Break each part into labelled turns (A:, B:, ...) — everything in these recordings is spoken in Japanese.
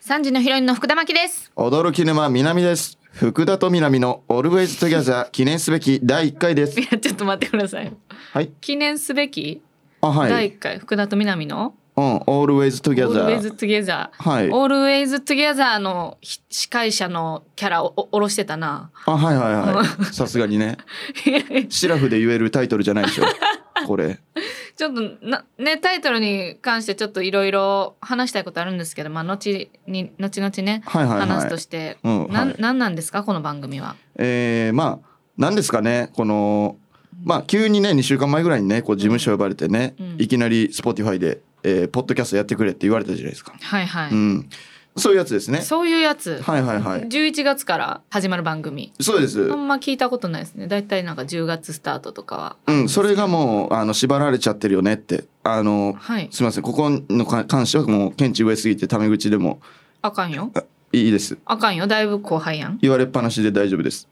A: 三時のヒロインの福田真希です。
B: 驚き沼南です福田と南の Always Together 記念すべき第1回で す
A: いや、ちょっと待ってください。
B: はい
A: 記念すべき、
B: あは
A: 第
B: い
A: 一回福田と南の
B: うん Always Together
A: Always Together。
B: はい
A: Always Together のひ司会者のキャラをおおろしてたな。
B: あはいはいはいさすが にねシラフで言えるタイトルじゃないでしょこれ
A: ちょっとなねタイトルに関してちょっといろいろ話したいことあるんですけど、まあ後に後々ね、
B: はいはいはい
A: 話すとして、
B: うん
A: なん
B: はい
A: なんなんですかこの番組は。
B: えー、まあ何ですかねこのまあ急にね2週間前ぐらいにねこう事務所呼ばれてね、
A: うん
B: いきなり Spotify で、えーポッドキャストやってくれ」って言われたじゃないですか、
A: はいはい。
B: うん、そういうやつですね
A: そういうやつ。
B: はいはいはい
A: 11月から始まる番組。
B: そうです
A: あんま聞いたことないですね。だいたいなんか10月スタートとかは。
B: うんそれがもうあの縛られちゃってるよねってあの
A: はい。
B: すみませんここのか関してはもう見地上すぎてタメ口でも
A: あかんよ。
B: いいです
A: あかんよ。だいぶ後輩やん。
B: 言われっぱなしで大丈夫です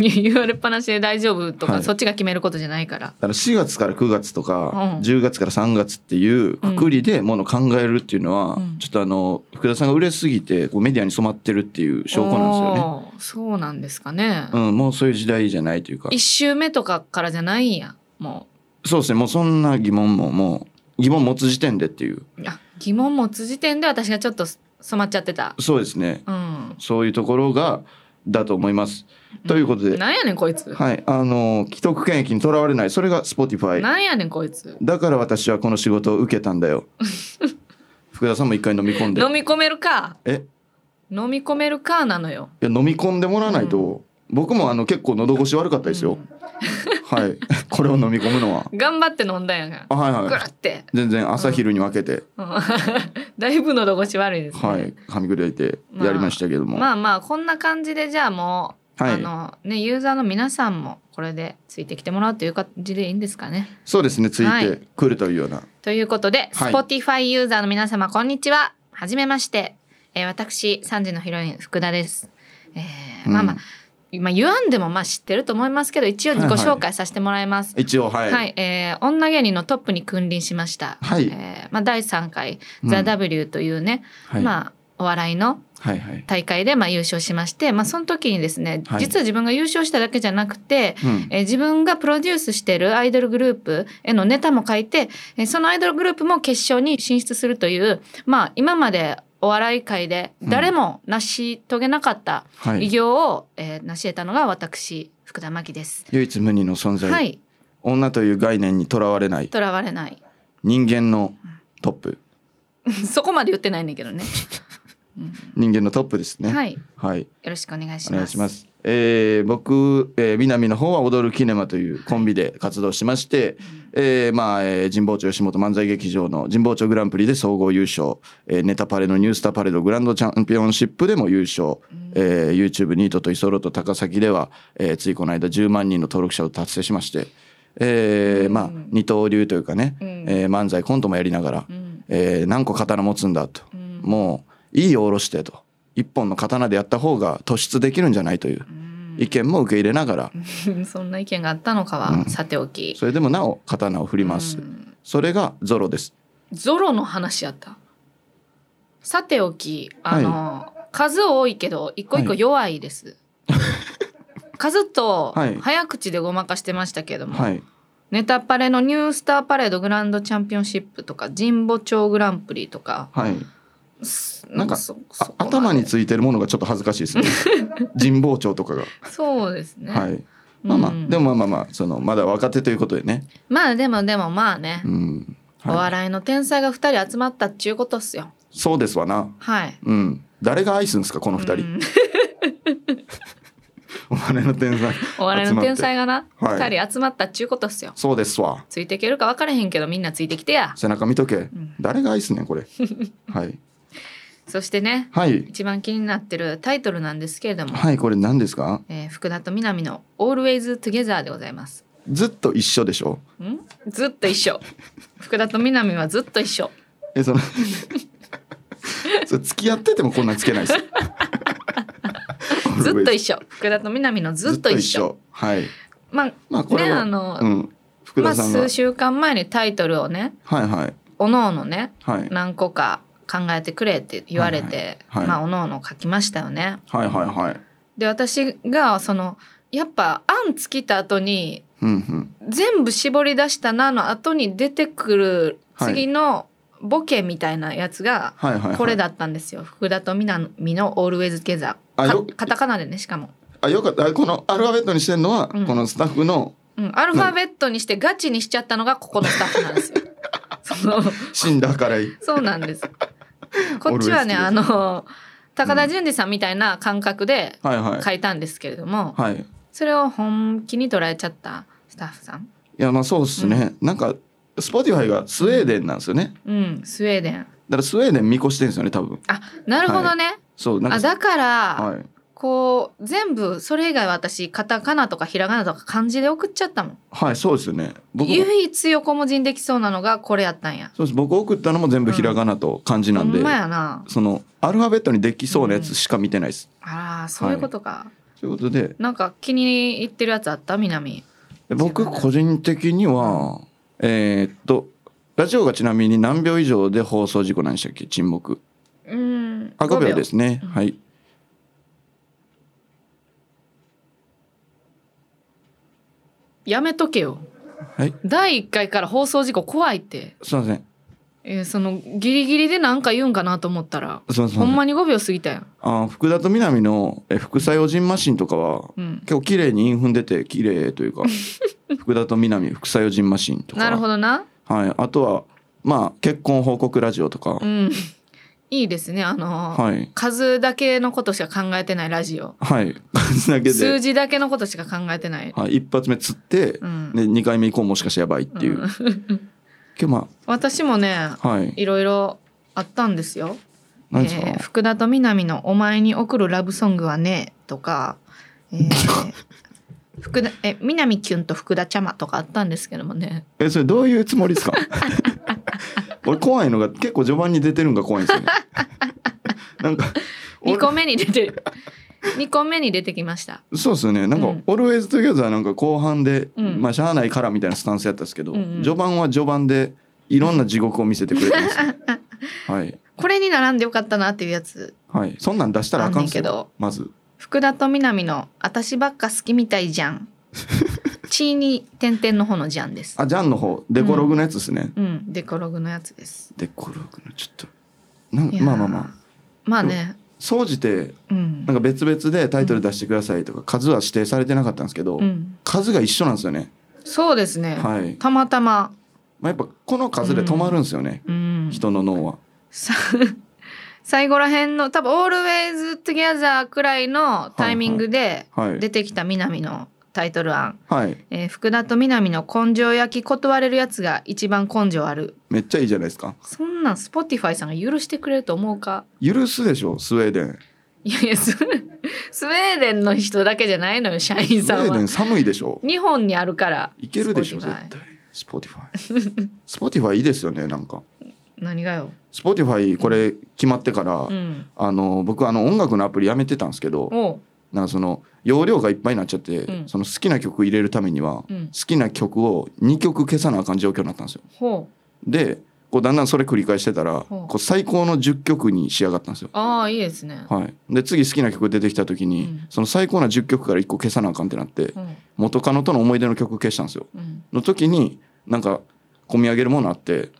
A: 言われっぱなしで大丈夫とか、
B: はい
A: そっちが決めることじゃないから。
B: だから4月から9月とか、
A: うん
B: 10月から3月っていうくくりでもの考えるっていうのは、
A: うん
B: ちょっとあの福田さんが売れすぎてこうメディアに染まってるっていう証拠なんですよね。
A: おーそうなんですかね。
B: うん、もうそういう時代じゃないというか
A: 一周目とかからじゃないんや。も
B: そうですねもうそんな疑問ももう疑問持つ時点でっていう
A: う。あ、疑問持つ時点で私がちょっと染まっちゃってた。
B: そうですね
A: うん。
B: そういうところがだと思います。ということで、
A: なんやねんこいつ。
B: はい、あの既得権益にとらわれないそれが Spotify
A: なんやねんこいつ。
B: だから私はこの仕事を受けたん だよ福田さんも一回飲み込んで
A: 飲み込めるか。
B: え
A: 飲み込めるかなのよ。
B: いや飲み込んでもらわないと、僕もあの結構喉越し悪かったですよ、はい これを飲み込む のは
A: 頑張って飲んだんやが。
B: あはい
A: ぐ
B: はい
A: らって。
B: 全然朝昼に分けて、
A: うん だいぶ喉越し悪いですね。
B: はい噛み砕いてやりましたけども、
A: まあまあこんな感じでじゃあもう、
B: はい
A: あのねユーザーの皆さんもこれでついてきてもらうという感じでいいんですかね。
B: そうですねつ
A: はいい
B: てくるというような、
A: ということで、
B: はい
A: Spotify ユーザーの皆様こんにちは。はじめまして。えー私3時のヒロイン福田です。えー
B: うん
A: まあまあ、今言わんでもまあ知ってると思いますけど一応自己
B: はいはい
A: 紹介させてもらいます。
B: 一応は、
A: はいい、えー女芸人のトップに君臨しました。
B: はい
A: えーまあ第3回、
B: うん
A: ザ・ W というね、
B: はい
A: まあお笑いの
B: はいはい
A: 大会でまあ優勝しまして、まあ、その時にですね、
B: はい
A: 実は自分が優勝しただけじゃなくて、
B: うん
A: えー自分がプロデュースしてるアイドルグループへのネタも書いて、えーそのアイドルグループも決勝に進出するという、まあ、今までお笑い界で誰も成し遂げなかった
B: は
A: 偉
B: い
A: 業を、えー成し得たのが私福田真希です。
B: 唯一無二の存在、
A: はい、
B: 女という概念にとらわれない
A: とらわれない
B: 人間のトップ
A: そこまで言ってないんだけどね。
B: 人間のトップですね。。
A: はいい、よろしくお願いし
B: お願
A: ま
B: い
A: す。
B: します。えー僕、えー、南の方は踊るキネマというコンビで活動しまして、えーまあ、えー神保町吉本漫才劇場の神保町グランプリで総合優勝、えーネタパレのニュースタパレードグランドチャンピオンシップでも優勝、えー YouTube ニートとイソロと高崎では、えーついこの間10万人の登録者を達成しまして、えーまあ、二刀流というかね、
A: ん
B: えー漫才コントもやりながら、
A: ん
B: えー何個刀持つんだと、もういいよおろしてと一本の刀でやった方が突出できるんじゃないという意見も受け入れながら、
A: そんな意見があったのかは、さておき。
B: それでもなお刀を振ります、それがゾロです
A: ゾロの話やった。さておき、あの、数多いけど、一個一個弱い です。数と
B: はい
A: 早口でごまかしてましたけども、
B: はい
A: ネタパレのニュースターパレードグランドチャンピオンシップとか神保町グランプリとか
B: はい
A: す
B: なんか
A: そそ
B: あ
A: こまで
B: 頭についてるものがちょっと恥ずかしい ですね神保町とかが
A: そうですね、
B: はいまあまあ、
A: うん
B: でもまあまあまあそのまだ若手ということでね
A: まあでもでもまあね、
B: うん、はい
A: お笑いの天才が2人集まったっちゅうことっすよ
B: そうですわな
A: はい
B: うん誰が愛すんですかこの二人、お笑いの天才
A: お笑いの天才
B: が
A: がな、
B: はい
A: 2人集まったっちゅうことっすよ
B: そうですわ
A: ついていけるか分からへんけどみんなついてきてや
B: 背中見とけ、誰が愛すね んこれはい
A: そしてね
B: はい
A: 一番気になってるタイトルなんですけれども、
B: はいこれ何ですか
A: えー福田と南の「Always Together」でございます
B: ずっと一緒でしょ
A: んずっと一緒福田と南はずっと一緒
B: えその それ付き合っててもこんなんつけないです
A: ずっと一
B: 緒
A: 緒福田と南のずっと一緒
B: はい
A: まあ、
B: まあこれ
A: ね
B: は
A: あの、
B: うん、福
A: まあ、
B: 田さんが、
A: 数週間前にタイトルをね
B: はいはい
A: おのおのね
B: はい
A: 何個か考えてくれって言われて、
B: はいはいはい
A: まあおのおの書きましたよね。
B: はいはいはい。
A: で私がそのやっぱ案尽きた後に
B: うんうん。
A: 全部絞り出したなの後に出てくる
B: はい
A: 次のボケみたいなやつが
B: はいはい、はい。
A: これ。だったんですよ。福田と南の「オールウェイズ・ゲザ
B: あよ
A: ー」カタカナでねしかも。
B: あ、よかった。あこのアルファベットにしてるのは、
A: うん
B: このスタッフの
A: うん、アルファベットにしてガチにしちゃったのがここのスタッフなん ですよ。その
B: 死んだからいい。
A: そうなんです。こっちはね、
B: オー
A: あ
B: ルウェイ
A: の、高田純次さんみたいな感覚で
B: はいはい。
A: 書いたんですけれども、
B: はい。い
A: それを本気に捉えちゃったスタッフさん。
B: や、まあそうですね。なんか、スポティファイがスウェーデンなんですよね。
A: うん、スウェーデン。
B: だからスウェーデン見越してるんですよね、多分。
A: あ、なるほどね。
B: そう、なんか。
A: あだから、
B: はい。
A: こう、全部、それ以外は私、カタカナとかひらがなとか漢字で送っちゃったもん。
B: はい、そうですよね。僕も
A: 唯一横文字にできそうなのがこれやったんや。
B: そうです。僕送ったのも全部ひらがなと漢字なんで、
A: ほんまやな。
B: そのアルファベットにできそうなやつしか見てないです。
A: あら、そういうことか。
B: ということで、
A: なんか気に入ってるやつあった南。
B: で僕個人的には、えーっと、ラジオがちなみに何秒以上で放送事故なんでしたっけ沈黙。
A: うん。
B: あ、5秒ですね。
A: うん
B: はい。
A: やめとけよ。
B: はい
A: 第1回から放送事故怖いって、
B: すいません。
A: えーそのギリギリで何か言うんかなと思ったら、
B: すいません。
A: ほんまに5秒過ぎたやん。
B: あ福田と南のえ副作用人マシンとかは、
A: うん、
B: 結構綺麗にインフン出て綺麗という か福田と南副作用人マシンとか
A: なるほどな。
B: はい、あとはまあ結婚報告ラジオとか、
A: うん。いいですね。あのー
B: はい
A: 数だけのことしか考えてないラジオ。
B: はい感じだけ
A: 数
B: で、
A: 字だけのことしか考えてない。
B: はい、一発目釣って、
A: うん。
B: で2回目以降もしかしてやばいっていう、
A: うん
B: けどま
A: 私もね、
B: あはい
A: いろいろあったんですよ。
B: 何ですか、
A: えー福田と南の「お前に送るラブソングはねえ」とか、えー 福田え南キュンと福田ちゃまとかあったんですけどもね
B: えそれどういうつもりですか 俺怖いのが結構序盤に出てるんが怖いんですよ ねなんか俺
A: 2個目に出てる2 個目に出てきました。
B: そうですよねなんか
A: う
B: 「
A: ん
B: オルウェイズ・トゥ・ギャザー」なんか後半で、
A: うん
B: まあしゃあないからみたいなスタンスやったんですけど、
A: うんうん
B: 序盤は序盤でいろんな地獄を見せてくれてます、ね、 はい
A: これに並んでよかったなっていうやつ
B: はいそんなん出したらあかんっす
A: あんねんけど
B: よまず
A: 福田と南の「私ばっか好きみたいじゃ ん」「チーに点々の方のじゃん」です。
B: あジャンの方デコログのやつですね、
A: うん、デコログのやつです。
B: デコログのちょっとなん
A: いやー
B: まあまあまあ
A: まあね、
B: 総じて
A: うん
B: なんか別々でタイトル出してくださいとか数は指定されてなかったんですけど、
A: うん、
B: 数が一緒なんですよね、
A: そうですね、
B: はい、
A: たまたま、
B: まあ、やっぱこの数で止まるんですよね、
A: うん、
B: 人の脳は
A: さ最後らへんの多分「オールウェイズ・トゥ・ギャザー」くらいのタイミングで
B: はい
A: 出てきた南のタイトル案、
B: はい
A: えー福田と南の「根性焼き断れるやつが一番根性ある
B: めっちゃいいじゃないですか」
A: そんなん Spotify さんが許してくれると思うか
B: 許すでしょスウェーデン
A: いやいやススウェーデンの人だけじゃないのよ社員
B: スウ
A: さん
B: ェーデ
A: は
B: ン寒いでしょ
A: 日本にあるから
B: いけるでしょ絶
A: Spotify
B: 対スポティファイスポティファイいいですよねなんか
A: 何がよ、
B: スポティファイこれ決まってから、
A: うん、
B: あの僕あの音楽のアプリやめてたんですけど
A: おう、
B: なんかその容量がいっぱいになっちゃって、
A: うん
B: その好きな曲入れるためには、
A: う
B: 好
A: ん、
B: きな曲を2曲消さなあかん状況になったんですよ
A: ほう
B: でこうだんだんそれ繰り返してたら
A: ほう
B: こう最高の10曲に仕上がったんですよ
A: ああいいですね、
B: はい、で次好きな曲出てきた時に、
A: うん
B: その最高な10曲から1個消さなあかんってなって
A: うん
B: 元カノとの思い出の曲消したんですよ
A: うん、
B: の時になんか込み上げるものあって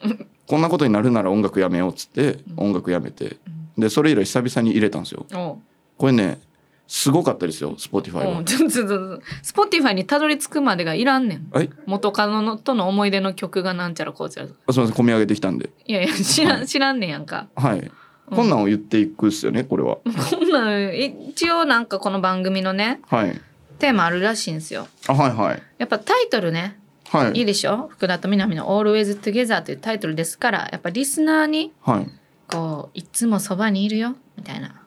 B: こんなことになるなら音楽やめようっつって
A: うん
B: 音楽やめて
A: うん
B: でそれ以来久々に入れたんですよ
A: おう
B: これねすごかったですよ Spotify
A: うん
B: は
A: ちょっとちょっとスポティファイにたどり着くまでがいらんねん
B: はい
A: 元カノのとの思い出の曲がなんちゃらこうちゃらとか
B: あすみません込み上げてきたんで
A: いやいや知ら
B: は
A: ん知らんねんやんか、
B: はい
A: うん
B: こんなんを言っていくっすよねこれは
A: こんなん一応なんかこの番組のね
B: はい
A: テーマあるらしいんですよ
B: あはいはい
A: やっぱタイトルね
B: はい
A: いいでしょ福田と南の「Always Together」というタイトルですからやっぱリスナーに
B: はい
A: こういつもそばにいるよみたいな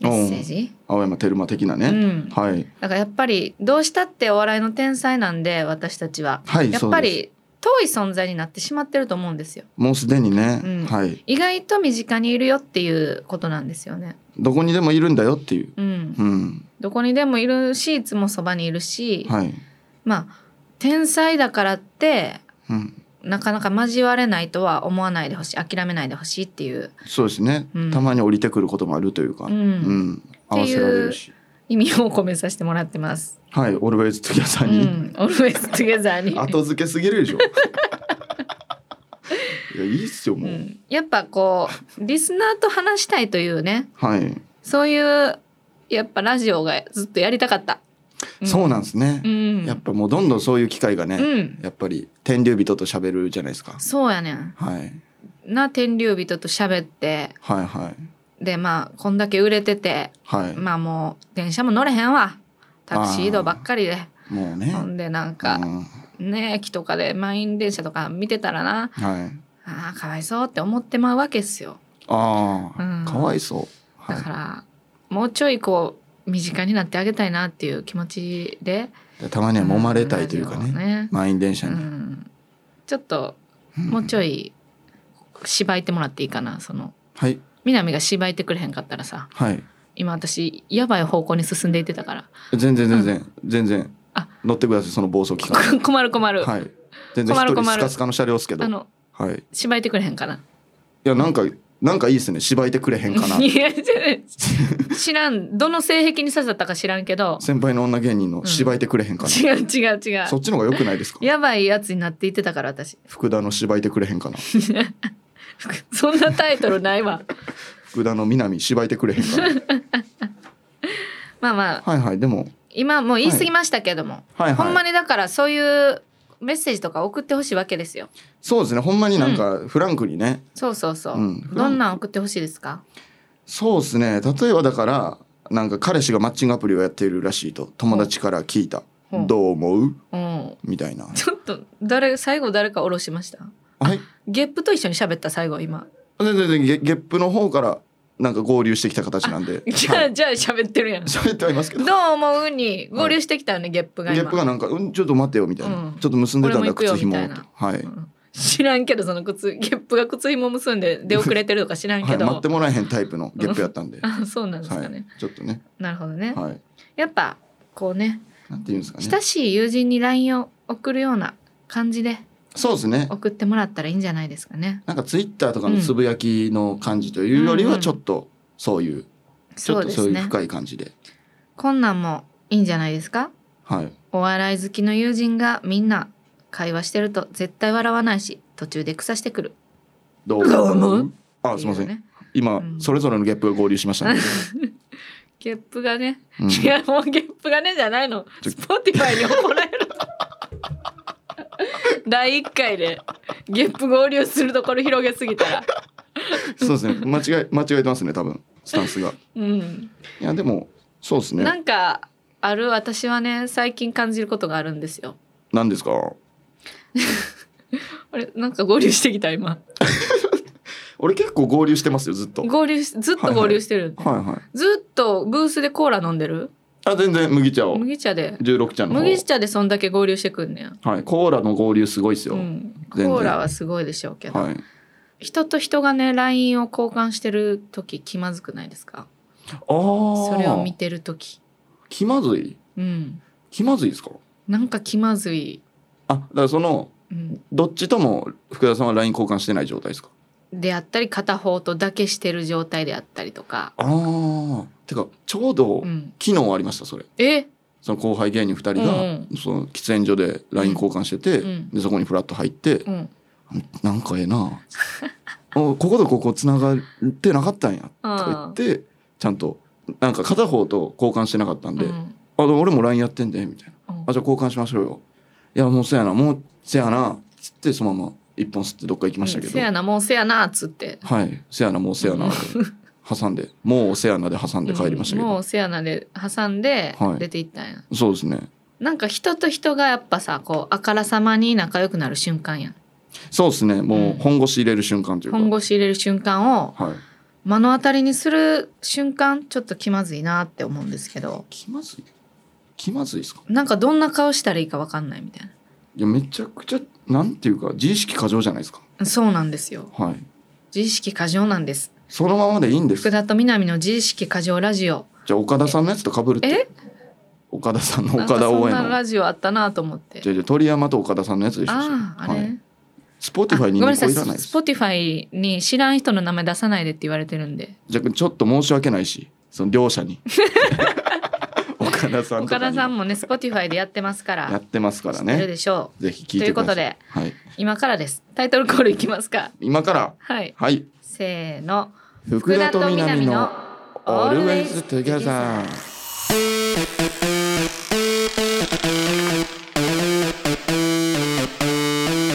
A: メッセージ
B: 青山テルマ的なね、
A: うん
B: はい
A: だからやっぱりどうしたってお笑いの天才なんで私たちは、
B: はい
A: やっぱり遠い存在になってしまってると思うんですよ
B: もうすでにね、
A: うん
B: はい
A: 意外と身近にいるよっていうことなんですよね。
B: どこにでもいるんだよっていう
A: うん、
B: うん
A: どこにでもいるしいつもそばにいるし、
B: はい、
A: まあ天才だからって
B: うん、
A: なかなか交われないとは思わないでほしい諦めないでほしいっていう
B: そうですね、
A: うん
B: たまに降りてくることもあるというか、う
A: うんん
B: 合わせられるし
A: 意味を込めさせてもらってます。
B: はい「Always Together
A: う
B: に」
A: ん、オルウェイズ・トゥゲザーに、
B: 後付けすぎるで しょいやいいっすよ
A: う
B: もう、
A: ん、やっぱこうリスナーと話したいというね
B: はい、
A: そういうやっぱラジオがずっとやりたかった。
B: そうなん
A: ん
B: ですね
A: う、ん、
B: やっぱもうどんどんそういう機会がね、
A: うん、
B: やっぱり天竜人と喋るじゃないですか、
A: そうやねん
B: はい、
A: な天竜人と喋って
B: はいはい
A: でまあこんだけ売れてて
B: はい
A: まあもう電車も乗れへんわタクシー移動ばっかりで
B: もうね
A: ほんでなん
B: う
A: か
B: ん
A: ね駅とかで満員電車とか見てたらな
B: はい
A: あーかわいそうって思ってまうわけっすよ
B: ああ、
A: うん
B: かわいそう、はい
A: だから、もうちょいこう身近になってあげたいなっていう気持ちで
B: でたまには揉まれたいというかね,、
A: うんね
B: 満員電車
A: う
B: に、
A: ん、ちょっと
B: ん
A: もうちょいしばいてもらっていいかなその
B: はい
A: 南がしばいてくれへんかったらさ
B: はい
A: 今私やばい方向に進んでいってたから
B: 全然全然、全然
A: あ
B: 乗ってくださいその暴走機関
A: こ困る困る、
B: はい全然一
A: 困る
B: 人
A: 困
B: ス
A: る
B: カスカの車両っすけど
A: あの
B: はいい
A: しばいてくれへんかな
B: やなんかなんかいいですねしばいてくれへ んかない
A: や知らんどの性癖に刺さったか知らんけど
B: 先輩の女芸人のしばいてくれへんかな、
A: 違う違う違う
B: そっちの方が良くないですか
A: やばいやつになっていってたから私
B: 福田のしばいてくれへんかな
A: そんなタイトルないわ
B: 福田の南しばいてくれへんか な
A: まあまあ
B: はいはいでも
A: 今もう言い過ぎましたけども、
B: はいはい
A: ほんまにだからそういうメッセージとか送ってほしいわけですよ
B: そうですねほんまになんかフランクにね、
A: そうそうそう、
B: うん
A: どんなん送ってほしいですか
B: そうですね例えばだからなんか彼氏がマッチングアプリをやっているらしいと友達から聞いた「
A: ほう
B: どう思う?
A: うん」
B: みたいな
A: ちょっと誰最後誰かおろしました
B: はい
A: ゲップと一緒に喋った最後今
B: 全然全然ゲゲップの方からなんか合流してきた形なんで
A: じゃあ、
B: はい
A: じゃあ喋ってるやんど
B: 喋ってはいますけど
A: う思うに合流してきたよね、ゲップが
B: ゲ
A: 今
B: ップがなんか「うんちょっと待ってよ」みたいな、
A: うん
B: ちょっと結んでたん
A: 俺も行
B: だ
A: くよ
B: 靴ひもを
A: みたいな
B: はい、
A: うん知らんけどその靴ゲップが靴ひも結んで出遅れてるとか知らん
B: は
A: け
B: い、
A: ど、
B: 待ってもらえへんタイプのゲップやったんで、
A: あそうなんですかね、
B: はい、ちょっとね
A: なるほどね、
B: はい
A: やっぱこうね
B: なんていうんですかね
A: 親しい友人に LINE を送るような感じで
B: そうですね
A: 送ってもらったらいいんじゃないですかね
B: なんかツイッターとかのつぶやきの感じというより
A: うんう
B: は
A: ん
B: ちょっとそういう、ち
A: そ
B: ょっ
A: う
B: と
A: で
B: そう
A: す
B: いう
A: ね
B: 深い感じで
A: こんなんもいいんじゃないですか
B: はい
A: お笑い好きの友人がみんな会話してると絶対笑わないし途中で腐してくる
B: どう
A: どう思う
B: あすいません、
A: ってうね
B: 今、
A: うん
B: それぞれのゲップが合流し ましたね、
A: ゲップがね、
B: うん
A: いやもうゲップがねじゃないの
B: ちょ
A: スポティファイに怒られる第1回でゲップ合流するところ広げすぎたら
B: そうですね間違え間違えてますね多分スタンスが
A: うん
B: いやでもそうです
A: な
B: ね
A: んかある私はね最近感じることがあるんですよ
B: 何ですか
A: あれなんか合流してきた今
B: 俺結構合流してますよずっとはい
A: 合流しずっと合流してる、
B: はい
A: ずっとブースでコーラ飲んでる
B: あ全然麦茶を
A: 麦茶で
B: 16茶の
A: 麦
B: 方
A: 茶でそんだけ合流してくんねん、
B: はいコーラの合流すごいですよ、
A: うん、コ
B: 全然
A: ーラはすごいでしょうけど、
B: はい
A: 人と人がね LINE を交換してる時気まずくないですか
B: あ
A: それを見
B: あ
A: てる時
B: 気まずい
A: うん
B: 気まずいですか
A: なんか気まずい、
B: あだからその
A: うん、
B: どっちとも福田さんは LINE 交換してない状態ですか
A: であったり片方とだけしてる状態であったりとか、
B: ああてかちょうど
A: うん、
B: 昨日ありましたそれ
A: え
B: その後輩芸人2人が、
A: うん
B: その喫煙所で LINE 交換してて、
A: うん
B: でそこにフラッと入って
A: う、ん
B: なんかええなおこことここつながってなかったんやとか言ってちゃんとなんか片方と交換してなかったんで「
A: うん
B: あでも俺も LINE やってんで」みたいな
A: うん
B: 「あじゃあ交換しましょうよ」「いやもうせやなもうせやな」つってそのまま一本吸ってどっか行きましたけ
A: うん
B: ど
A: せやなもうせやなっつって
B: はい、せやな、もうせやな、挟んで、もうせやなで挟んで帰りましたけ
A: うんも
B: ど。
A: うせやなで挟んで
B: はい
A: 出て行ったんや、
B: そうですね。
A: なんか人と人がやっぱさこうあからさまに仲良くなる瞬間やん
B: そうですね、も
A: う
B: うん本腰入れる瞬間というか。
A: 本腰入れる瞬間を
B: はい。
A: 目の当たりにする瞬間ちょっと気まずいなって思うんですけど
B: 気まずい。気まずいですか。
A: なんかどんな顔したらいいか分かんないみたい
B: いや、めちゃくちゃ、なんていうか、自意識過剰じゃないですか。
A: なそうなんですよ
B: はい。
A: 自意識過剰なんです
B: そのままでいいんです。
A: 福
B: じ
A: 田と南の自意識過剰ラジオ
B: ゃあ、岡田さんのやつと被るって。
A: え
B: 岡田さんの
A: なんか
B: 岡田
A: そん
B: 応援
A: な
B: の。
A: ラジオあったなと思って
B: じゃあ、じゃあ鳥山と岡田さんのやつでしょ。それ
A: あああれ、
B: はいスポティファイに
A: ごめんなさ
B: 2個
A: い、
B: いらないです
A: スポティファイに知らん人の名前出さないでって言われてるんで。
B: じゃあちょっと申し訳ないしその両者 に岡田さんと
A: 岡
B: かに
A: 田さんもね、スポティファイでやってますから。
B: やってますから
A: 知ってる
B: ね
A: でしょ
B: ぜひ聞いてください
A: という
B: ことで、はい、
A: う。今からです。タイトルコールいきますか。
B: 今から
A: はい。
B: はい
A: せーの。
B: 福田と南の Always Together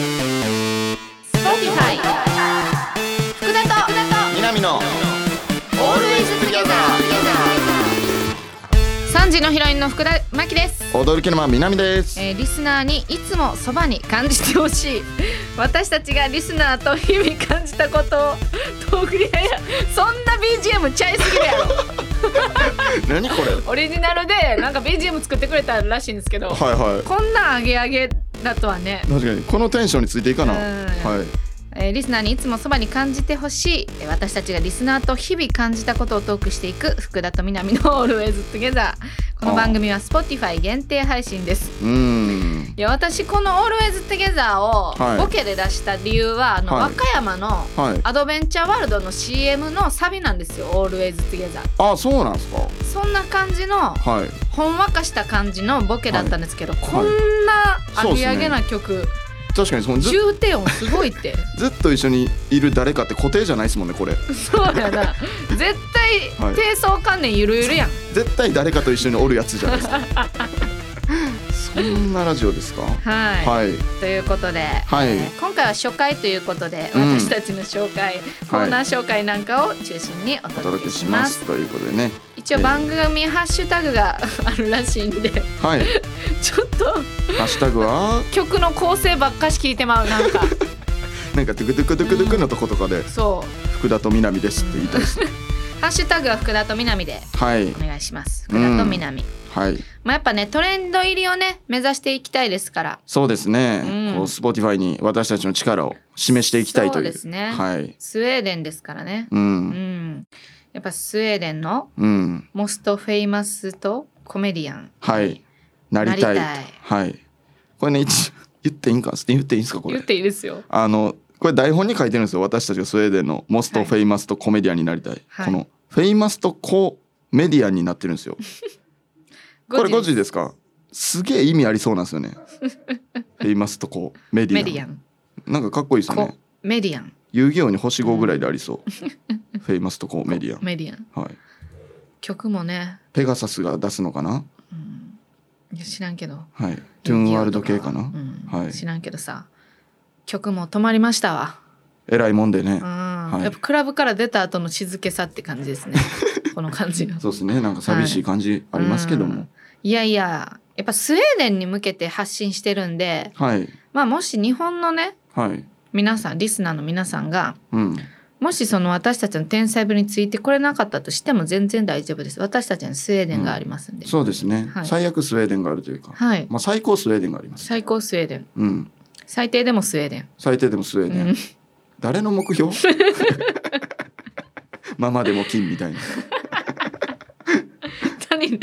A: スポティファイ。福田と福田
B: 南の Always Together
A: と。三時のヒロインの福田真希です。
B: 踊る気のま南です
A: えーリスナーにいつもそばに感じてほしい私たちがリスナーと日々感じたことをトークリアやそんな BGM ちゃいすぎるやろ
B: 何これはい
A: オリジナルでなんか BGM 作ってくれたらしいんですけど
B: はい
A: こんなアゲアゲだとはね、
B: 確かにこのテンションについていいかな
A: うん
B: はい
A: えーリスナーにいつもそばに感じてほしいえー私たちがリスナーと日々感じたことをトークしていく福田と南の Always Together この番組は Spotify 限定配信です
B: うーん
A: いや私この「Always Together」を
B: はい
A: ボケで出した理由は、あの
B: はい
A: 和歌山の
B: はい
A: アドベンチャーワールドの CM のサビなんですよ「Always Together
B: あそうなんですか」
A: そんな感じの
B: はい
A: ほんわかした感じのボケだったんですけど、こんな上げ上げな曲、
B: 確かにそのず
A: 重低音すごいって
B: ずっと一緒にいる誰かって固定じゃないですもんねこれ
A: そうやな絶対、
B: はい
A: 低層観念ゆるゆるやん
B: 絶対誰かと一緒におるやつじゃないです かそんなラジオですか
A: はい、
B: はい
A: ということで、
B: はい
A: えー今回は初回ということで、
B: うん
A: 私たちの紹介、コーナー紹介なんかを中心にお
B: お
A: 届
B: 届
A: け
B: け
A: し
B: し
A: ま
B: ますすということでね
A: 一応番組ハッシュタグがあるらしいんで
B: はい
A: ちょっと
B: ハッシュタグは
A: 曲の構成ばっかし聞いてまうなん か
B: なんかドゥクドゥクドゥクドゥクのとことかで
A: そう
B: 福田と南ですって言いたいです
A: ハッシュタグは福田と南で
B: はい
A: お願いします
B: う
A: 福
B: ん
A: 田と南、
B: はい
A: まあやっぱねトレンド入りをね目指していきたいですから
B: そうですね、
A: うん
B: こうスポティファイに私たちの力を示していきたいという
A: そうですね
B: はい
A: スウェーデンですからね
B: う
A: うん、
B: ん
A: やっぱスウェーデンの
B: うん
A: モストフェイマスとコメディアン
B: はいなりたい
A: なり
B: はいこれね一言っていいんか言っていいんですかこ
A: 言っ
B: れ
A: ていいですよ
B: あのこれ台本に書いてるんですよ私たちがスウェーデンのモス
A: は
B: ト
A: い
B: フェイマスとコメディアンになりたい、
A: はい
B: このフェイマスとコメディアンになってるんですよこれ5時
A: で
B: ですかすげえ意味ありそうなんです よねフェイマスとこうメディ
A: メ
B: アン
A: ディアン
B: なんかかっこいいですよ
A: コ
B: ね
A: メディアン
B: 遊戯王に星5ぐらいでありそう フェイマスとこうメディアン
A: メディアン
B: はい
A: 曲もね、
B: ペガサスが出すのかな
A: うん、いや知らんけど
B: はいトゥーンワールド系かな、
A: うん
B: はい
A: 知らんけどさ曲も止まりましたわ、
B: えらいもんでね
A: うん、
B: い
A: やっぱクラブから出た後の静けさって感じ ですねこの感じが
B: そうですねなんか寂しい感じありますけども
A: いやいややっぱスウェーデンに向けて発信してるんで
B: はい
A: まあもし日本のね
B: はい
A: 皆さんリスナーの皆さんが
B: うん
A: もしその私たちの天才ぶりについてこれなかったとしても全然大丈夫です私たちにスウェーデンがありますんで、
B: そうですね、
A: はい
B: 最悪スウェーデンがあるというか、
A: はい
B: まあ、最高スウェーデンがあります、
A: 最高スウェーデン
B: うん、
A: 最低でもスウェーデ ン
B: 最低でもスウェーデン、
A: うん
B: 誰の 目標 ママでも金みたいな
A: 谷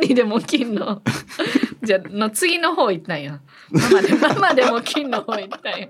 A: 谷でも金の じゃあの次の方行ったんやママでママでも金の方行ったんや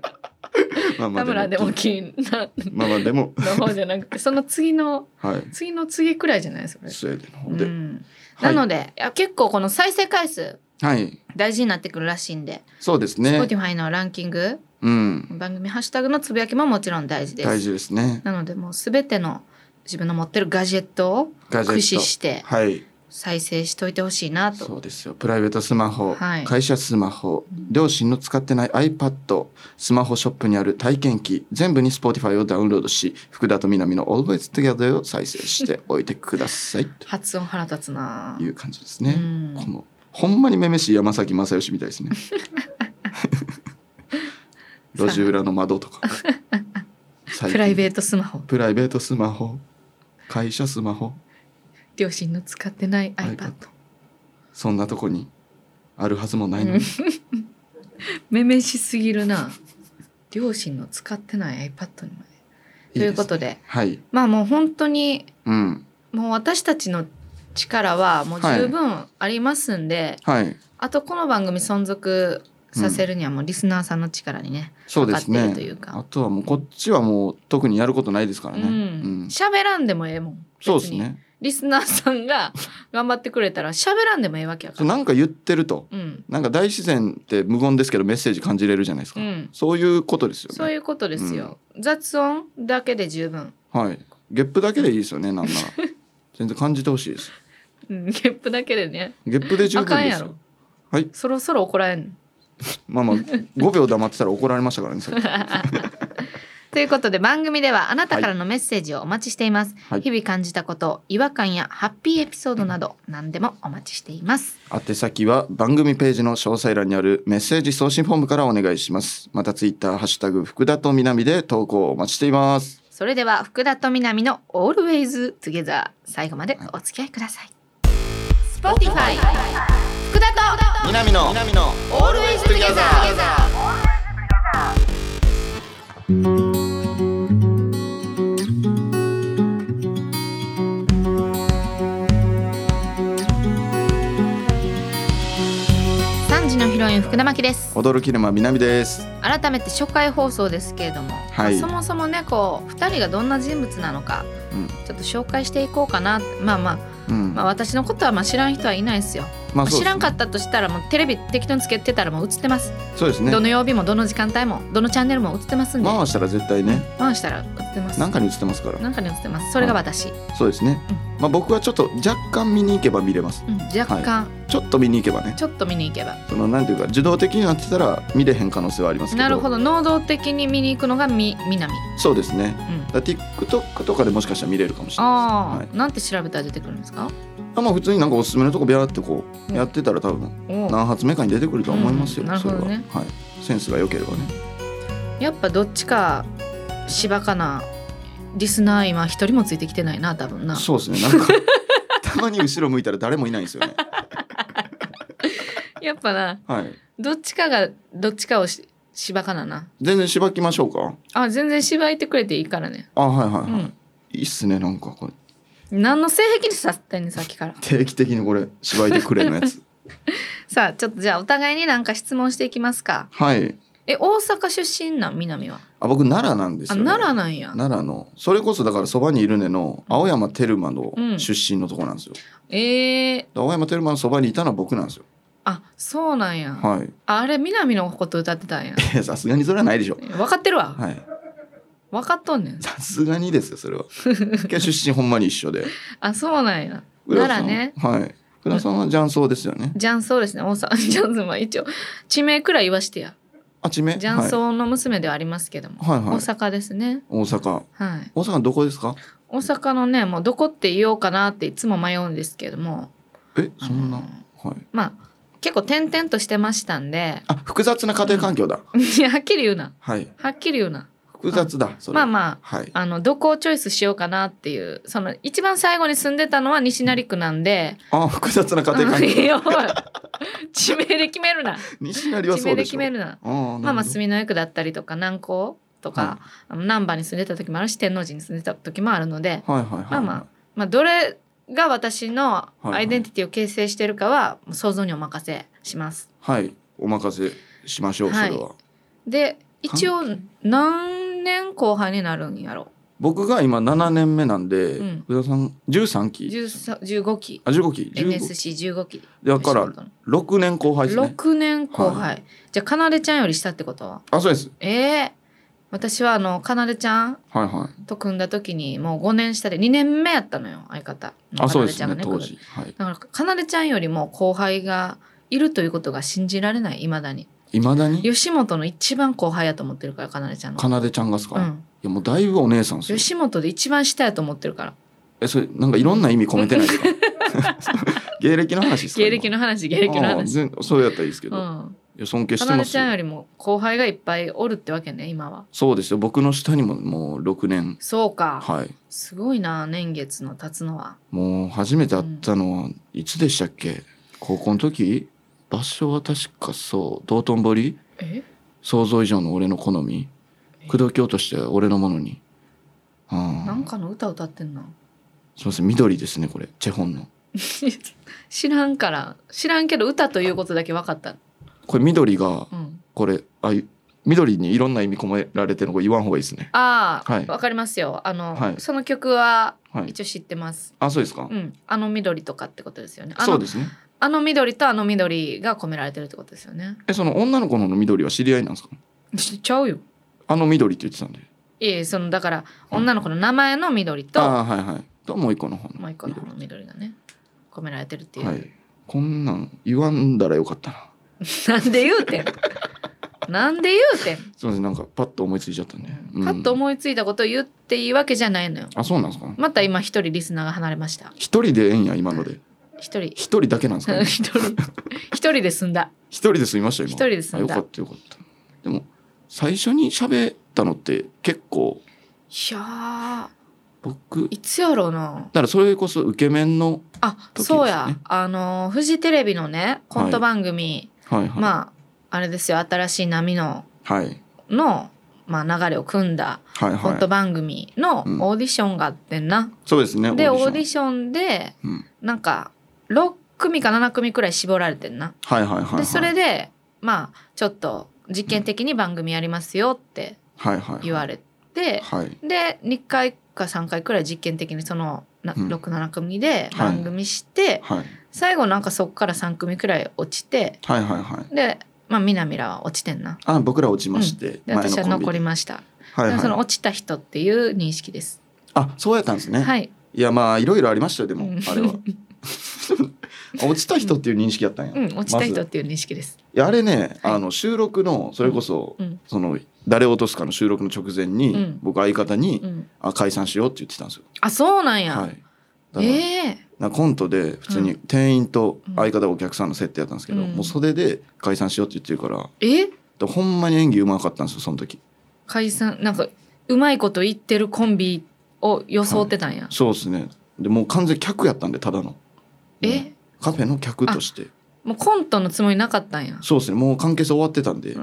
B: マ
A: 田村でも金な
B: ママでも
A: の方じゃなくてその次の
B: はい
A: 次の次くらいじゃないですか
B: スウェーデンの
A: う
B: 方で、
A: ん、
B: は
A: ないので、い、や結構この再生回数
B: はい
A: 大事になってくるらしいんで、
B: そうです
A: Spotify
B: ね
A: のランキング
B: うん
A: 番組ハッシュタグのつぶやきももちろん大事です
B: 大事ですね
A: なのでもう全ての自分の持ってるガジェットを
B: ガジェッ
A: 駆
B: ト
A: 使して
B: はい
A: 再生しといてほしいなと
B: そうですよプライベートスマホ、
A: はい
B: 会社スマホ両親の使ってない iPad スマホショップにある体験記全部に Spotify をダウンロードし福田と南の Always Together を再生しておいてくださいと
A: 発音腹立つな
B: いう感じですね、
A: うん
B: このほんまにめめしい山崎正義みたい ですね路地裏の窓とか最近
A: プライベートスマホ
B: プライベートスマホ会社スマホ
A: 両親の使ってない iPad
B: iPad そんなとこにあるはずもないのに
A: めめしすぎるな両親の使ってない iPad にまでということ
B: で
A: で
B: はい
A: まあもう本当に
B: うん
A: もう私たちの力はもう十分ありますんで、
B: はい
A: あとこの番組存続させるにはもうリスナーさんの力にね、
B: そうです
A: かか
B: ね
A: ってるというか
B: あとはもうこっちはもう特にやることないですから
A: う
B: ね、
A: ん、喋、らんでもええもん
B: そうで
A: 別
B: す
A: に
B: ね
A: リスナーさん が頑張ってくれたら喋らんでもええわけやか
B: そう
A: ら
B: なんか言ってると
A: うん
B: なんか大自然って無言ですけどメッセージ感じれるじゃないで
A: う
B: すか、
A: ん
B: そういうことですよね
A: そういうことですよ、雑音だけで十分、
B: はいゲップだけでいいですよね なんなら全然感じてほしいです
A: うん、ゲップだけでね
B: ゲップで十
A: あか
B: 分
A: ん
B: で
A: や
B: す
A: ろ
B: よはい
A: そろそろ怒られんの
B: まあまあ5秒黙ってたら怒られましたからねさっ き
A: ということで番組ではあなたからのメッセージをお待ちしています、
B: はい
A: 日々感じたこと違和感やハッピーエピソードなど何でもお待ちしています
B: 宛先は番組ページの詳細欄にあるメッセージ送信フォームからお願いしますまたツイッターハッシュタグ福田と南で投稿をお待ちしています
A: それでは福田と南の Always Together 最後までお付き合いください Spotify 福田と
B: 南の南の
A: Always Together 3時のヒロイン福田真希です
B: 驚きるま南です
A: 改めて初回放送ですけれども、
B: はい
A: まあそもそもねこう2人がどんな人物なのか、
B: うん
A: ちょっと紹介していこうかなまあまあ、
B: うん
A: まあ、私のことはまあ知らん人はいないですよ、ま
B: ま
A: あ知らんか
B: っ
A: ったとしたらもうテレビ適当につけてたらもう映ってます、
B: たそうですね
A: どの曜日もどの時間帯もどのチャンネルも映ってますんで、
B: 回したら絶対ね
A: 回したら映ってます
B: なんかに映ってますから
A: なんかに映ってますそれが私、
B: そうですね、まあ僕はちょっと若干見に行けば見れます
A: うん若干、
B: ちょっと見に行けばね
A: ちょっと見に行けば
B: そのなんていうか受動的になってたら見れへん可能性はありますけど
A: なるほど能動的に見に行くのがみ南、う
B: そうですね
A: ん、
B: だから TikTok とかでもしかしたら見れるかもしれ
A: ああ、
B: ないです、
A: なんて調べたら出てくるんですか
B: はい、まあ普通になんかおすすめのとこビャーってこ
A: う
B: うんやってたら多分
A: おう
B: 何発目かに出てくると思いますよ、
A: うんなるほどね
B: それは、はい、センスが良ければね
A: やっぱどっちか芝かなリスナー今一人もついてきてないな多分な
B: そうですねなんかたまに後ろ向いたら誰もいないんです よね
A: やっぱな
B: はい
A: どっちかがどっちかをし芝かなな
B: 全然しばきましょうか
A: あ全然芝いてくれていいからね
B: あはいはいは
A: う
B: い、
A: ん
B: いいっすねなんかこれ
A: 何の性癖にさせてんねんさっきから
B: 定期的にこれしばいてくれのやつ
A: さあちょっとじゃあお互いになんか質問していきますか
B: はい
A: え大阪出身なん南は
B: あ僕奈良なんです
A: あ
B: よ、ね、
A: 奈良なんや
B: 奈良のそれこそだからそばにいるねの青山テルマの
A: うん
B: 出身のとこなんですよ、
A: えー、
B: で青山テルマのそばにいたのは僕なんですよ
A: あそうなんや、
B: はい
A: あれ南のこと歌ってたんや
B: いやさすがにそれはないでしょ
A: 分かってるわ
B: はい
A: 分かっとんねん
B: さすがにです よそれはけど出身ほんまに一緒で
A: あそうなんや
B: 浦さ
A: 奈
B: ん
A: 良ね
B: はい福田さんは雀荘ですよね
A: ジャンソーですね。大阪 ジャンソーは一応地名くらい言わしてや。
B: あちめ
A: ジャンソーの娘ではありますけども、
B: はいはい、はい
A: 大、阪ですね。
B: 大阪
A: はい。
B: 大阪どこですか
A: 大阪のね、もうどこって言おうかなっていつも迷うんですけども、
B: えそんな、
A: あの
B: はい
A: まあ結構転々としてましたんで、
B: あ複雑な家庭環境だ、
A: いやはっきり言うな。
B: はい
A: はっきり言うな。
B: 複雑だそれ
A: まあま
B: はい
A: あ。あのどこをチョイスしようかなっていうその一番最後に住んでたのは西成区なんで
B: あ複雑な家庭 環
A: い
B: 境
A: やおい地名で決めるな
B: 西成は
A: 地
B: そ
A: 名
B: うで
A: で
B: し
A: 決
B: ょ
A: めるな
B: あー
A: まあまあ
B: なるほど
A: 住之江区だったりとか南港と
B: は
A: か、あの難波に住んでた時もあるし天王寺に住んでた時もあるので、
B: はいはいはい
A: まあまあまあ、どれが私のアイデンティティを形成してるかはもう想像にお任せします。
B: はい、お任せしましょう、
A: はい
B: それは。
A: で一応何年後半になるんやろ
B: 僕が今7年目なんで、
A: うん
B: 福田さん13期
A: 13 15期
B: あ15期15
A: NSC15 期
B: だから6年後輩ですね。
A: 6年後輩、
B: は
A: じゃあかなでちゃんより下ってことは
B: あそうです。
A: ええ私はあのかなでちゃん
B: はいはい。
A: と組んだ時にもう5年下で2年目やったのよ相方の
B: あそうで
A: かなでち
B: す
A: ゃんが
B: ね当時。はい。
A: だからかなでちゃんよりも後輩がいるということが信じられないいまだに
B: いまだに
A: 吉本の一番後輩やと思ってるからかなでちゃんの
B: かなでちゃんがですか、
A: う
B: い
A: ん、
B: やもうだいぶお姉さんですよ。
A: 吉本で一番下やと思ってるから
B: えそれなんかいろんな意味込めてな いですか。芸歴の話ですか。
A: 芸歴
B: の
A: の話芸歴の話
B: 全そうやったらいいですけ
A: う
B: ど、い
A: ん
B: や尊敬し
A: か
B: て
A: な
B: ま
A: ですち
B: よ
A: ゃんよりも後輩がいっぱいおるってわけね今は
B: そうですよ。僕の下にももう6年。
A: そうか、
B: はい。
A: すごいな年月の経つのは
B: もう初めて会ったのはいつでしたっけ、高校の時場所は確かそう道頓堀
A: え
B: 想像以上の俺の好み
A: え
B: 口説き落として俺のものにう
A: なん
B: ん
A: かの歌歌ってんな
B: すいません緑ですねこれチェホンの
A: 知らんから知らんけど歌ということだけ分かった
B: これ緑が
A: うん、
B: これあい緑にいろんな意味込められてるのこれ言わん方がいいですね。
A: ああ、
B: はい
A: わかりますよあの、
B: はい
A: その曲は
B: はい。
A: 一応知ってます、
B: あそうですか。
A: うん、あの緑とかってことですよねあ
B: そう
A: の
B: ですね。
A: あの緑とあの緑が込められてるってことですよね
B: えその女の子の方の緑は知り合いなんですか。
A: 知っちゃうよ
B: あの緑って言ってたんで。
A: いえそのだから
B: うん
A: 女の子の名前の緑と、
B: ああはいはい。ともう一個の方の。
A: もう一個の方の緑がね込められてるっていう、
B: はい。こんなん言わんだらよかったな。
A: なんで言うてんなんで言うてん
B: すみませんなんかパッと思いついちゃったね。うん
A: パッと思いついたことを言っていいわけじゃないのよ
B: あそうなんですか。
A: また今一人リスナーが離れました
B: 一人でええんや今ので。
A: 一人
B: 一人だけなんですか、ね。
A: 一人一人で済んだ
B: 一人で済みましたよ
A: 一
B: 今。
A: 人で済
B: あ
A: ん
B: よ
A: だ
B: かったよかった。でも最初に喋ったのって結構
A: いや
B: 僕
A: ーいつやろうな
B: だからそれこそ受け面の
A: あ、
B: 時ですね
A: そうやあのフジテレビのねコント番組、
B: はいはい、
A: まああれですよ新しい波の
B: はい
A: の、まあ、流れを組んだ
B: はい
A: コント
B: はい
A: 番組の
B: うん
A: オーディションがあってんな、
B: そうですね
A: でオーディ
B: ョ
A: ションで
B: ン、うん、
A: なんか6組か7組くらい絞られてんな
B: はいはいはいはい
A: でそれでまあちょっと実験的に番組やりますよって
B: はいはい
A: 言われて
B: はい
A: で2回か3回くらい実験的にその
B: うん
A: 67組で
B: はい
A: 番組して
B: はい
A: 最後なんかそっから3組くらい落ちて
B: はいはいはい
A: でまあみなみらは落ちてんな
B: あ僕ら落ちまして、
A: で私は残り
B: り
A: ました
B: はい
A: でその
B: はい
A: 落ちた人っていう認識です
B: あそうやったんですね、、
A: はいい
B: やまあいろいろありましたよでも、
A: うん
B: あ れは落ちた人っていう認識やったんや、
A: うん落ちた人
B: ま
A: っ
B: ず
A: ていう認識です
B: いやあれね、
A: はい
B: あの収録のそれこそ、
A: うん
B: その誰を落とすかの収録の直前に、
A: うん
B: 僕相方に、
A: うん
B: あ解散しようって言ってたんですよ。
A: あそうなんや、
B: はい。だから
A: ええ
B: なんかコントで普通に店員と相方がお客さんの設定やったんですけど、
A: うん
B: もう袖で解散しようって言ってるから
A: え
B: でほんまに演技うまかったんですよその時
A: 解散なんかうまいこと言ってるコンビを装ってたんや、
B: そうですねでもう完全に客やったんでただの
A: え
B: カフェの客として
A: もうコントのつもりなかったんや
B: そうですねもう関係性終わってたんで、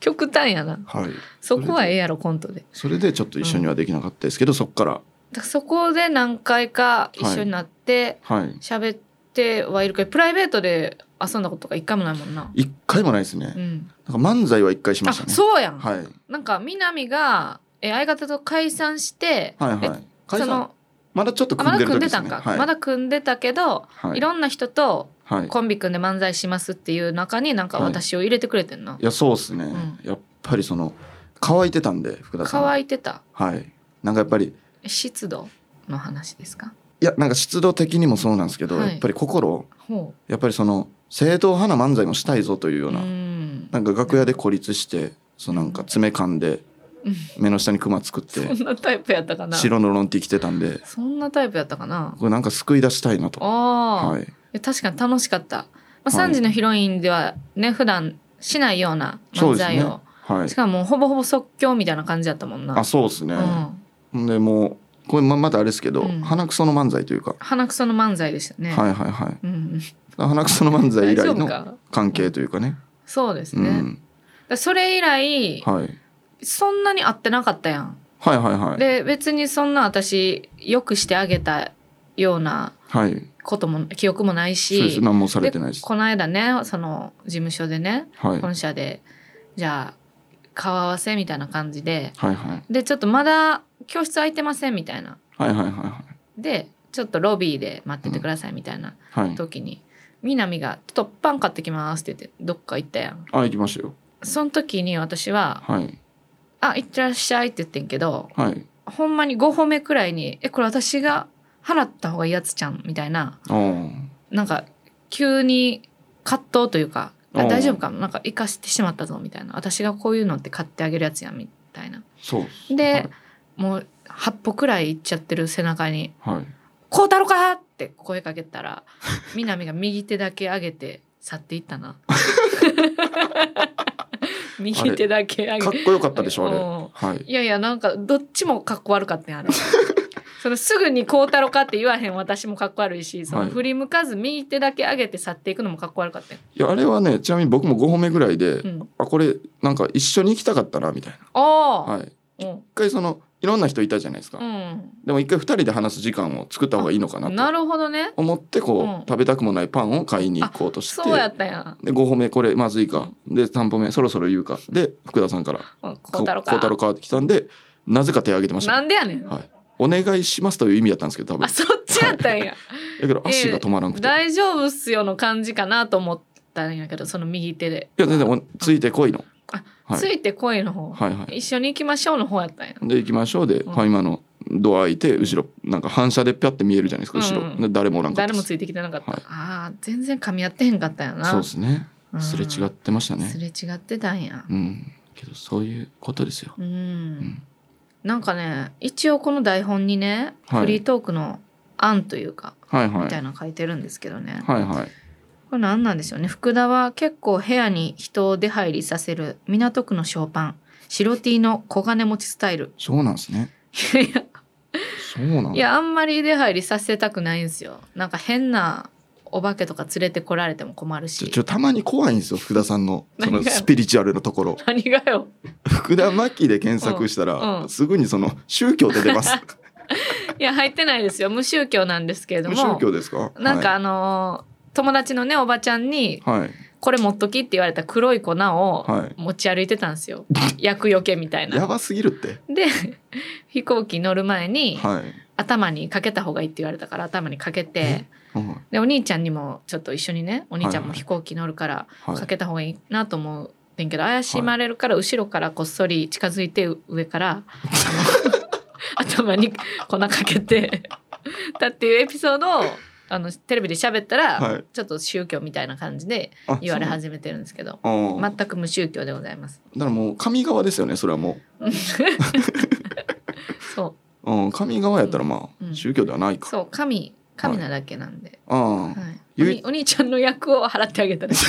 A: 極端やな
B: はい
A: そこはええやろコントでだか
B: それでちょっと一緒にはできなかったですけど、そっから
A: らそこで何回か一緒になって
B: はい
A: 喋ってはいるけどプライベートで遊んだこととか一回もないもんな、
B: 一回もないですね、
A: うん、
B: なんか漫才は一回しま
A: あ
B: したね
A: そうやん、
B: はい
A: なんか南がえ相方と解散して、
B: はいはい
A: え
B: 解
A: そ
B: 散
A: の
B: まだちょっと
A: あま
B: 組
A: だ
B: んで
A: 組
B: る
A: ん
B: 時で
A: ですたん
B: ね
A: か、
B: はい、
A: まだ組んでたけど、
B: はい
A: い、ろんな人と
B: はい
A: コンビ組んで漫才しますっていう中になんか私を入れてくれてんな、
B: いやそうですね、
A: ん
B: やっぱりその乾いてたんで福田さんは
A: 乾いてた
B: はいなんかやっぱり
A: 湿度の話ですか
B: いやなんか湿度的にもそうなんですけど、
A: はい
B: やっぱり心
A: ほ
B: やっぱりその正統派な漫才もしたいぞという
A: う
B: ような、
A: ん
B: なんか楽屋で孤立してそのなんか爪噛んで目の下にクマ作って
A: そんなタイプやったかな
B: 白のロンティ着てたんで
A: そんなタイプやったかな
B: これなんか救い出したいなと、
A: あ、
B: はいい、
A: や、確かに楽しかった、まあ、
B: はい
A: 3時のヒロインではね普段しないような
B: そ
A: 漫
B: うです
A: 才
B: ね
A: を、
B: はい
A: しかももうほぼほぼ即興みたいな感じだったもんな
B: あそうですね、
A: うん、
B: ほんでもうこれままたあれですけど、
A: うん
B: 鼻くその漫才というか、
A: 鼻くその漫才でしたね、
B: はいはいはい
A: うん、
B: 鼻くその漫才以
A: 大丈
B: 来
A: 夫
B: の
A: か
B: 関係というかね
A: そうです
B: う
A: ね、
B: ん、
A: だそれ以来、
B: はい、
A: そんなに会ってなかったやん
B: はいはいはい
A: で別にそんな私よくしてあげたような
B: はい
A: ことも記憶もない
B: そうです
A: し
B: 何もされてないです
A: この間ねその事務所でね
B: はい
A: 本社でじゃあ顔合わせみたいな感じで
B: はいはい
A: でちょっとまだ教室空いてませんみたいな
B: はいはいは
A: でちょっとロビーで待っててくださいみたいない
B: はい。はい。
A: 時に、みなみが「ちょっとパン買ってきます」って言ってどっか行ったやん
B: あ、行きましたよ。
A: その時に私は
B: はい。
A: 「あ行ってらっしゃい」って言ってんけど
B: はい。
A: ほんまに5歩目くらいに「えこれ私が払った方がいいやつちゃん」みたいな
B: おー
A: なんか急に葛藤というか「あ
B: うん
A: 大丈夫かななんか行かしてしまったぞ」みたいな「私がこういうのって買ってあげるやつやん」みたいな
B: そうっす。
A: でもう8歩くらい行っちゃってる背中に
B: はい。はい。
A: 「孝太郎か!」って声かけた ら南が右手だけ上げて去っていった な。右手だけ上げ
B: かっこよかったでしょ、
A: うん
B: あれ。はい。
A: いやいやなんかどっちもかっこ悪かった んやあれそのすぐに「孝太郎か」って言わへん私もかっこ悪いしそ
B: は
A: の
B: い
A: 振り向かず右手だけ上げて去っていくのもかっこ悪かったんや、
B: いや、あれはね、ちなみに僕も5本目ぐらいで、
A: うん、
B: あ、これ、なんか一緒に行きたかったな、みたい
A: ああ、
B: な。はい。一
A: うん
B: 回その、いろんな人いたじゃないですか、
A: うん
B: でも一回二人で話す時間を作った方がいいのかな
A: な
B: と
A: るほどね
B: 思ってこう、
A: うん
B: 食べたくもないパンを買いに行こうとして
A: そうやったんや
B: で5歩目これまずいかで3歩目そろそろ言うかで福田さんから
A: うん
B: 「
A: 孝太郎か
B: こ太郎か」って来たんでなぜか手を挙げてました
A: な
B: ね
A: んでやねん、
B: はいお願いしますという意味だったんですけど多分
A: あそっちやったんや
B: だけど足が止 まらなくて、
A: 大丈夫っすよの感じかなと思ったんやけどその右手で
B: いや全然おついてこいの
A: あ、
B: はい、
A: ついてこいの方、
B: はいは
A: 一緒に行きましょうの方やったんや
B: いで行きましょうで、
A: うん
B: はい今のドア開いて後ろなんか反射でピャって見えるじゃないですか後ろ、
A: うんうん
B: で誰もおらんかった
A: 誰
B: で
A: も
B: す
A: ついてきてなかった、
B: はい
A: ああ全然噛み合ってへんかったんやな
B: そうですね
A: うん
B: すれ違ってましたね
A: すれ違ってたんや
B: うんけどそういうことですよ
A: うん、
B: ん
A: なんかね一応この台本にね、
B: はい
A: フリートークの案というか
B: はいは
A: み
B: い
A: たいなの書いてるんですけどね、
B: はいはい
A: これ何なんでしょうね福田は結構部屋に人を出入りさせる港区のショーパン白 T の小金持ちスタイル
B: そうなんですね
A: いやいや
B: そうなん
A: いやあんまり出入りさせたくないんですよなんか変なお化けとか連れてこられても困る
B: ちょ
A: し
B: ちょたまに怖いんですよ福田さんのその
A: 何がよ
B: スピリチュアルのと ころ
A: 何がよ
B: 福田真希で検索した
A: うんう
B: ら
A: ん
B: すぐにその宗教で出ます
A: いや入ってないですよ無宗教なん ですけれど
B: 無
A: も
B: 宗教ですか
A: なんかあのー友達のねおばちゃんに
B: はいはい
A: 「これ持っとき」って言われた黒い粉を
B: はい
A: 持ち歩いてたんです よ厄除けみたい
B: や
A: な。
B: ばすぎるって
A: で飛行機乗る前に
B: はい
A: 頭にかけた方がいいって言われたから頭にかけて
B: うん
A: でお兄ちゃんにもちょっと一緒にねお兄ちゃんも飛行機乗るから
B: はい
A: かけた方がいいなと思うねんけど怪しまれるから後ろからこっそり近づいて上から あの頭に粉かけてだっていうエピソードをあのテレビで喋ったら、
B: はい
A: ちょっと宗教みたいな感じで
B: あ
A: 言われ
B: そう
A: 始めてるんですけど
B: うん
A: 全く無宗教でございます。
B: だからもう神側ですよねそれはも、
A: そう
B: うん、神側やったらまあ、
A: うん
B: 宗教ではないうか
A: そう神神なだけなんで、
B: うん
A: はいお
B: ゆい
A: にお兄ちゃんの役を払ってあげたらしい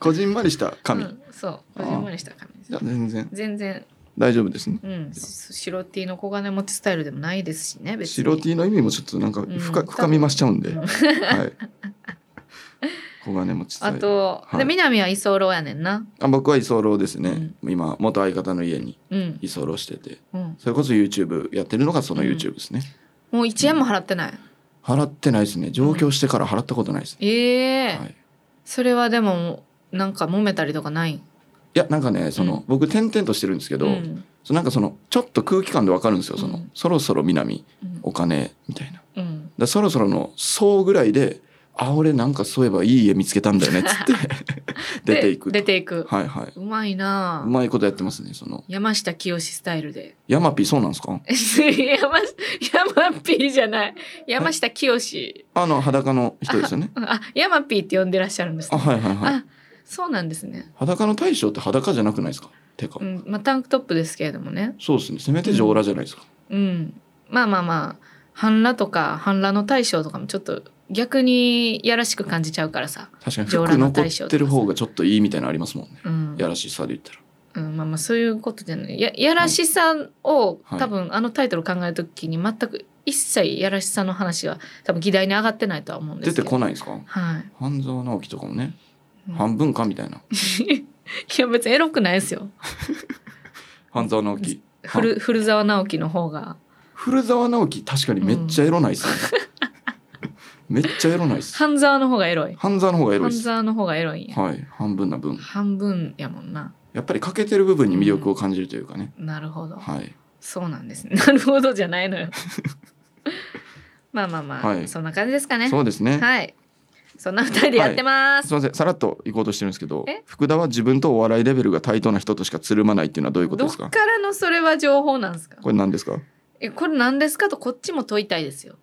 B: こじんまりした
A: う
B: 神、
A: ん、そうこじんまりした神です
B: じゃあ全然
A: 全然、
B: 大丈夫ですね
A: うん、し白 T の小金持ちスタイルでもないですしね別に
B: 白 T の意味もちょっとなんか深,、
A: うん
B: 深み増しちゃうんで、
A: うん
B: はい 小金持ちスタイ
A: あ
B: ル
A: と、
B: はい
A: で南は居候やねんな。
B: あ僕は居候ですね、今元相方の家に
A: うん、
B: 居候してて
A: うん、
B: それこそ YouTube やってるのがその
A: うん
B: YouTube ですね、
A: もう一円も払ってない。
B: 払ってないですね上京してから払ったことないですね、
A: ええ
B: はい、い
A: それはでもなんか揉めたりとかない。
B: やなんかねその、
A: うん
B: 僕転々としてるんですけど、
A: ん、
B: そのなんかそのちょっと空気感でわかるんですよその、
A: うん
B: そろそろ南
A: うん
B: お金みたいな
A: うん、
B: だそろそろのそうぐらいで「あ俺なんかそういえばいい家見つけたんだよね」っつって 出ていく
A: で出ていく。
B: はいはいう
A: まいなあ。
B: うまいことやってますねその
A: 山下清スタイルで。
B: 山ピーそうなんですか
A: 山山ピーじゃない。山下清。
B: あの裸の人ですよね
A: あ、山ピーって呼んでらっしゃるんです、
B: あ
A: ね。
B: はいはいはい
A: あそうなんですね。
B: 裸の大将って裸じゃなくないですかてか、
A: うん、まあタンクトップですけれどもね。
B: そうですねせめて上裸じゃないですか、
A: うん、まあまあまあ半裸とか半裸の大将とかもちょっと逆にやらしく感じちゃうからさ、
B: 確かに
A: 上
B: 服
A: 裸の
B: 残
A: 大将
B: ってる方がちょっといいみたいなのありますもんね
A: うん
B: やらしさで言ったら
A: うん、まあまあそういうことじゃないややらしさを、
B: はい
A: 多分あのタイトル考えるときに全く一切やらしさの話は多分議題に上がってないとは思うんで
B: 出
A: すけ
B: て
A: ど
B: こないんですか
A: はい、
B: 半沢直樹とかもね
A: うん
B: 半分かみたいない
A: や別にエロくないですよ
B: 半沢直樹
A: 古古澤直樹の方が
B: 古沢直樹確かにめっちゃエロないっすね、 めっちゃエロないっす
A: 半沢の方がエロい
B: 半沢の方がエロい
A: 半
B: っす
A: 沢の方がエロいんや
B: はい半分な分
A: 半分やもんな
B: やっぱり欠けてる部分に魅力を感じるというかね、
A: なるほど
B: はい
A: そうなんですね。 なるほどじゃない のよ。まあまあまあ、
B: はい
A: そんな感じですかね。
B: そうですね、
A: はい。そんな二人でやってます。
B: すいませんさらっと行こうとしてるんですけど
A: え
B: 福田は自分とお笑いレベルが対等な人としかつるまないっていうのはどういうこ
A: ど
B: とで
A: っ
B: すか
A: からのそれは情報なんですか。
B: これ何ですか
A: え、これ何ですかとこっちも問いたいですよ。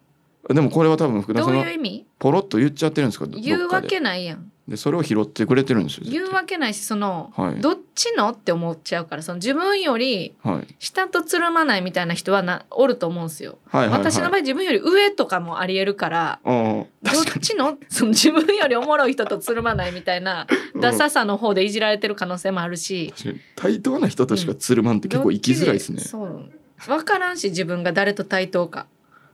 B: でもこれは多分福田
A: ど
B: さ
A: うんい
B: が
A: う意味？
B: ポロッと言っちゃってるんですかど
A: 言
B: ど
A: う
B: っか
A: わ
B: で
A: けないやん。
B: でそれを拾ってくれてるんですよ
A: 言うわけないし、その、
B: はい
A: どっちのって思っちゃうから、その自分より
B: はい、はい
A: 下とつるまないみたいな人はなおると思うんですよ。
B: はいはい
A: 私の場合自分より上とかもありえるから。
B: うん
A: どっちのその自分よりおもろい人とつるまないみたいな
B: うん
A: ダサさの方でいじられてる可能性もあるし
B: 確かに対等な人としかつるまんって結構生きづらいです
A: ど
B: ね
A: っち、そう分からんし自分が誰と対等か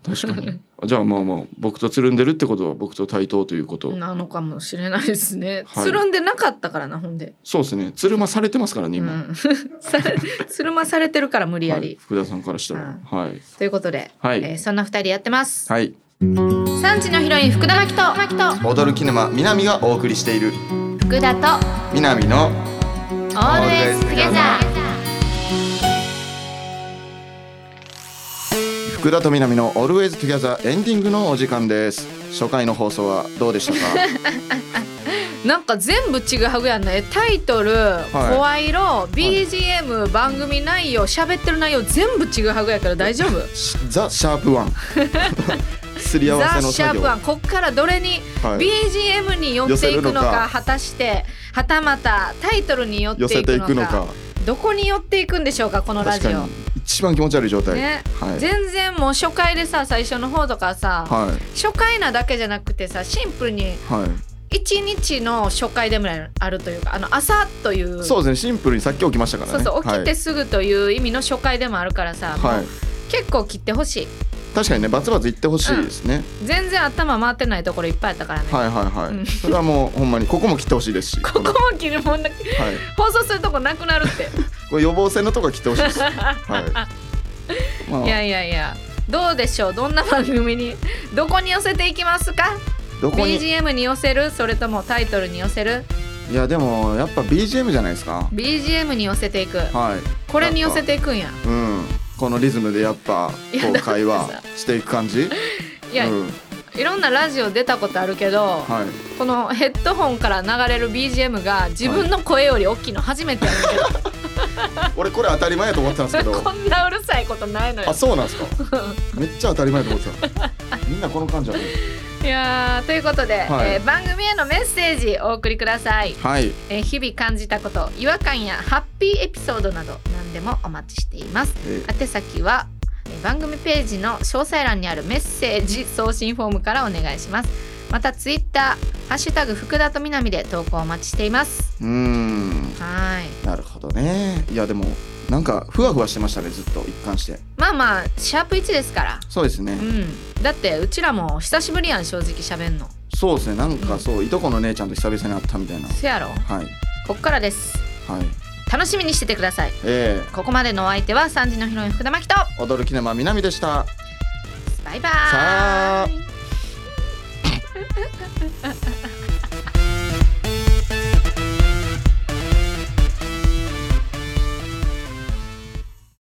B: 確かにじゃあまあまあ僕とつるんでるってことは僕と対等ということ、
A: なのかもしれないですね、
B: はい
A: つるんでなかったからなほんで、
B: そうですねつるまされてますからね
A: う
B: 今、
A: ん、 されつるまされてるから無理や
B: は
A: り、
B: い、福田さんからしたら、はい
A: ということで、
B: はい
A: えーそんな二人やってます、
B: はい
A: 産地のヒロイン福田真希と真希と
B: 踊るキネマ南がお送りしている
A: 福田と
B: 南の
A: オールエストゲザー
B: 福田と南の Always Together エンディングのお時間です初回の放送はどうでし たか
A: なんか全部ちぐはぐやんねタイトル、声色 BGM、番組内容喋ってる内容全部ちぐはぐやから大丈夫
B: しザ・シャープワン すり合わせ
A: ザ・
B: の
A: シャ
B: 作
A: ー
B: 業
A: プはこっからどれに
B: はい
A: BGM に寄っていくの
B: 寄せるの
A: か,、
B: か
A: 果たしてはたまたタイトルに寄って
B: 寄
A: いく
B: せ
A: のか
B: ていくのか
A: どこに寄っていくんでしょうかこのラ
B: 確
A: ジ
B: か
A: オ
B: に、一番気持ち悪い状態、
A: ね
B: はい
A: 全然もう初回でさ最初の方とかさ、
B: はい
A: 初回なだけじゃなくてさシンプルに
B: はい、
A: 一日の初回でもあるというかあの朝という
B: そうですねシンプルにさっき起きましたから
A: そ
B: ね
A: うそう起きて
B: は
A: すぐという意味の初回でもあるからさ、
B: い、は
A: も、
B: いう
A: 結構切ってほしい
B: 確かにねバツバツ言ってほしいですね、
A: 全然頭回ってないところいっぱいあったからね、
B: はいはいはい、
A: うん
B: それはもうほんまにここも切ってほしいですし
A: ここ
B: の
A: も切るもんな
B: はい、
A: 放送するとこなくなるっ て
B: これ予防線のとこは切ってほしいですはいま
A: い
B: あ
A: やいやいやどうでしょうどんな番組に どこに寄せていきますか
B: どこに
A: BGM に寄せるそれともタイトルに寄せる
B: いやでもやっぱ BGM じゃないですか
A: BGM に寄せていく
B: はい
A: これに寄せていくんや
B: うん、このリズムでやっぱこ
A: いや
B: う会話
A: だって
B: していく感じ。
A: いや、
B: うん、
A: いろんなラジオ出たことあるけど、
B: はい。
A: このヘッドホンから流れる BGM が自分の声より大きいの初めてやるけど、
B: 俺これ当たり前やと思ってたんですけど。
A: こんなうるさいことないのよ
B: あ、。そうなんですか。めっちゃ当たり前やと思って た。みんなこの感じある。
A: いやーということで、
B: はい
A: えー番組へのメッセージお送りください、
B: はい。
A: えー日々感じたこと違和感やハッピーエピソードなど何でもお待ちしています
B: え
A: 宛先はえー番組ページの詳細欄にあるメッセージ送信フォームからお願いしますまたツイッターハッシュタグ福田とみなみで投稿お待ちしています
B: ー、うーん、
A: はい
B: なるほどね。いやでもなんかふわふわしてましたね、ずっと一貫して。
A: まあまあシャープ1ですから
B: そうですね
A: う。んだってうちらも久しぶりやん正直喋んの
B: そうですね。なんかそういとこの姉ちゃんと久々に会ったみたいな。
A: せやろ
B: はい
A: こっからです
B: はい。
A: 楽しみにしててください
B: え
A: ここまでのお相手は3時のヒロイン福田真希と
B: ー、踊るキネマ南でした。
A: バイバーイ
B: さあ。